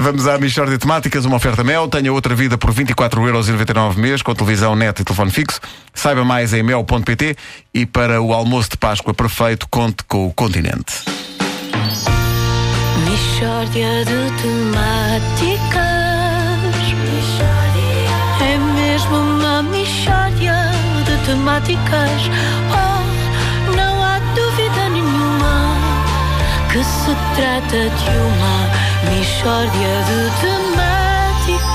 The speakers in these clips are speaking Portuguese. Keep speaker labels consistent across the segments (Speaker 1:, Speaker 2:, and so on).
Speaker 1: Vamos à Michórdia de Temáticas, uma oferta Mel. Tenha outra vida por 24,99€ mês, com televisão, net e telefone fixo. Saiba mais em mel.pt e para o almoço de Páscoa perfeito, conte com o Continente.
Speaker 2: Mishória de temáticas. É mesmo uma mishória de temáticas. Oh, não há dúvida nenhuma que se trata de uma mishória de temáticas.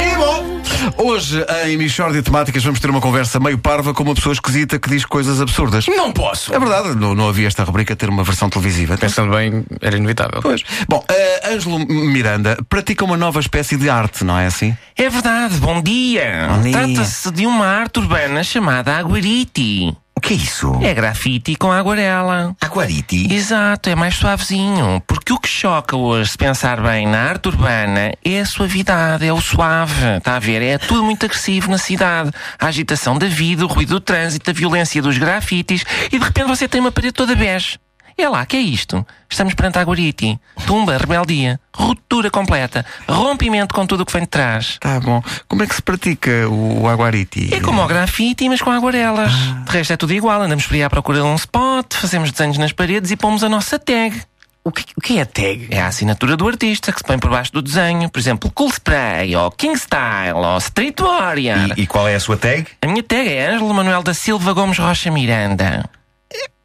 Speaker 3: É
Speaker 1: E bom, hoje em Michórdia de Temáticas vamos ter uma conversa meio parva com uma pessoa esquisita que diz coisas absurdas.
Speaker 3: Não posso.
Speaker 1: É verdade, não, não havia esta rubrica ter uma versão televisiva.
Speaker 3: Pensando bem, era inevitável.
Speaker 1: Pois. Bom, eh, Ângelo Miranda pratica uma nova espécie de arte, não é assim?
Speaker 3: É verdade, bom dia.
Speaker 1: Bom dia.
Speaker 3: Trata-se de uma arte urbana chamada aguarite.
Speaker 4: O que é isso?
Speaker 3: É grafite com aguarela.
Speaker 4: Aquariti?
Speaker 3: Exato, é mais suavezinho. Porque o que choca hoje, se pensar bem na arte urbana, é a suavidade, é o suave. Está a ver? É tudo muito agressivo na cidade. A agitação da vida, o ruído do trânsito, a violência dos grafites e de repente você tem uma parede toda bege. É lá, que é isto? Estamos perante a Aguariti. Tumba, rebeldia, ruptura completa, rompimento com tudo o que vem de trás.
Speaker 1: Tá bom. Como é que se pratica o aguariti?
Speaker 3: É como o grafite, mas com aguarelas. De resto é tudo igual, andamos por aí à procura de um spot, fazemos desenhos nas paredes e pomos a nossa tag.
Speaker 4: O que, o que é tag?
Speaker 3: É a assinatura do artista que se põe por baixo do desenho, por exemplo, Cool Spray, ou King Style, ou Street Warrior.
Speaker 4: E, e qual é a sua tag?
Speaker 3: A minha tag é Ângelo Manuel da Silva Gomes Rocha Miranda.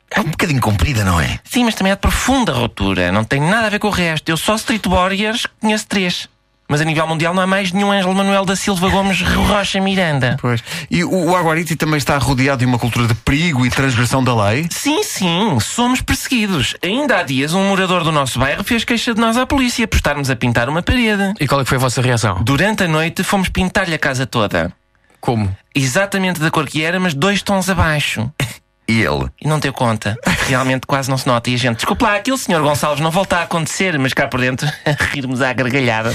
Speaker 4: É um bocadinho comprida, não é?
Speaker 3: Sim, mas também é de profunda ruptura, não tem nada a ver com o resto. Eu só Street Warriors conheço três. Mas a nível mundial não há mais nenhum Ângelo Manuel da Silva Gomes Rocha Miranda.
Speaker 1: Pois. E o, o aguariti também está rodeado de uma cultura de perigo e transgressão da lei?
Speaker 3: Sim, sim, somos perseguidos. Ainda há dias, um morador do nosso bairro fez queixa de nós à polícia por estarmos a pintar uma parede.
Speaker 5: E qual é que foi a vossa reação?
Speaker 3: Durante a noite, fomos pintar-lhe a casa toda.
Speaker 5: Como?
Speaker 3: Exatamente da cor que era, mas dois tons abaixo.
Speaker 4: E ele?
Speaker 3: E não deu conta. Realmente quase não se nota. E a gente, desculpa lá, aquilo, senhor Gonçalves, não volta a acontecer, mas cá por dentro, a rirmos à gargalhada.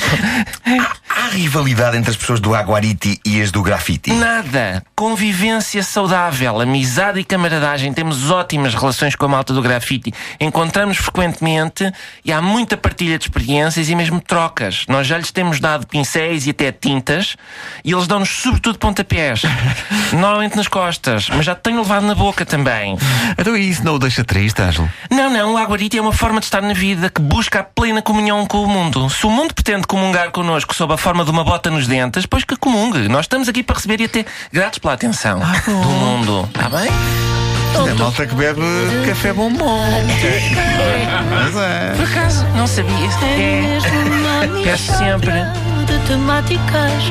Speaker 4: Há rivalidade entre as pessoas do Aguariti e as do grafite?
Speaker 3: Nada. Convivência saudável, amizade e camaradagem. Temos ótimas relações com a malta do grafite. Encontramos frequentemente e há muita partilha de experiências e mesmo trocas. Nós já lhes temos dado pincéis e até tintas e eles dão-nos sobretudo pontapés. Normalmente nas costas, mas já tenho levado na boca também.
Speaker 1: Então e isso não o deixa triste, Ângelo?
Speaker 3: Não, não, o aguarite é uma forma de estar na vida que busca a plena comunhão com o mundo. Se o mundo pretende comungar connosco sob a forma de uma bota nos dentes, pois que comungue. Nós estamos aqui para receber e até gratos pela atenção do mundo. Está bem?
Speaker 2: Oh,
Speaker 1: É malta que bebe café bombom. Mas é.
Speaker 3: Por acaso, não sabia.
Speaker 2: É
Speaker 3: É.
Speaker 2: mesmo uma
Speaker 3: Peço sempre.
Speaker 2: mixórdia de temáticas.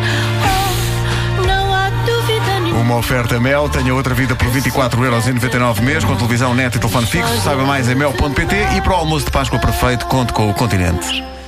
Speaker 2: Oh, não há dúvida nenhuma.
Speaker 1: Uma oferta Mel, tenha outra vida por 24,99€ mês, com televisão, net e telefone fixo. Saiba mais em mel.pt e para o almoço de Páscoa perfeito, conte com o Continente.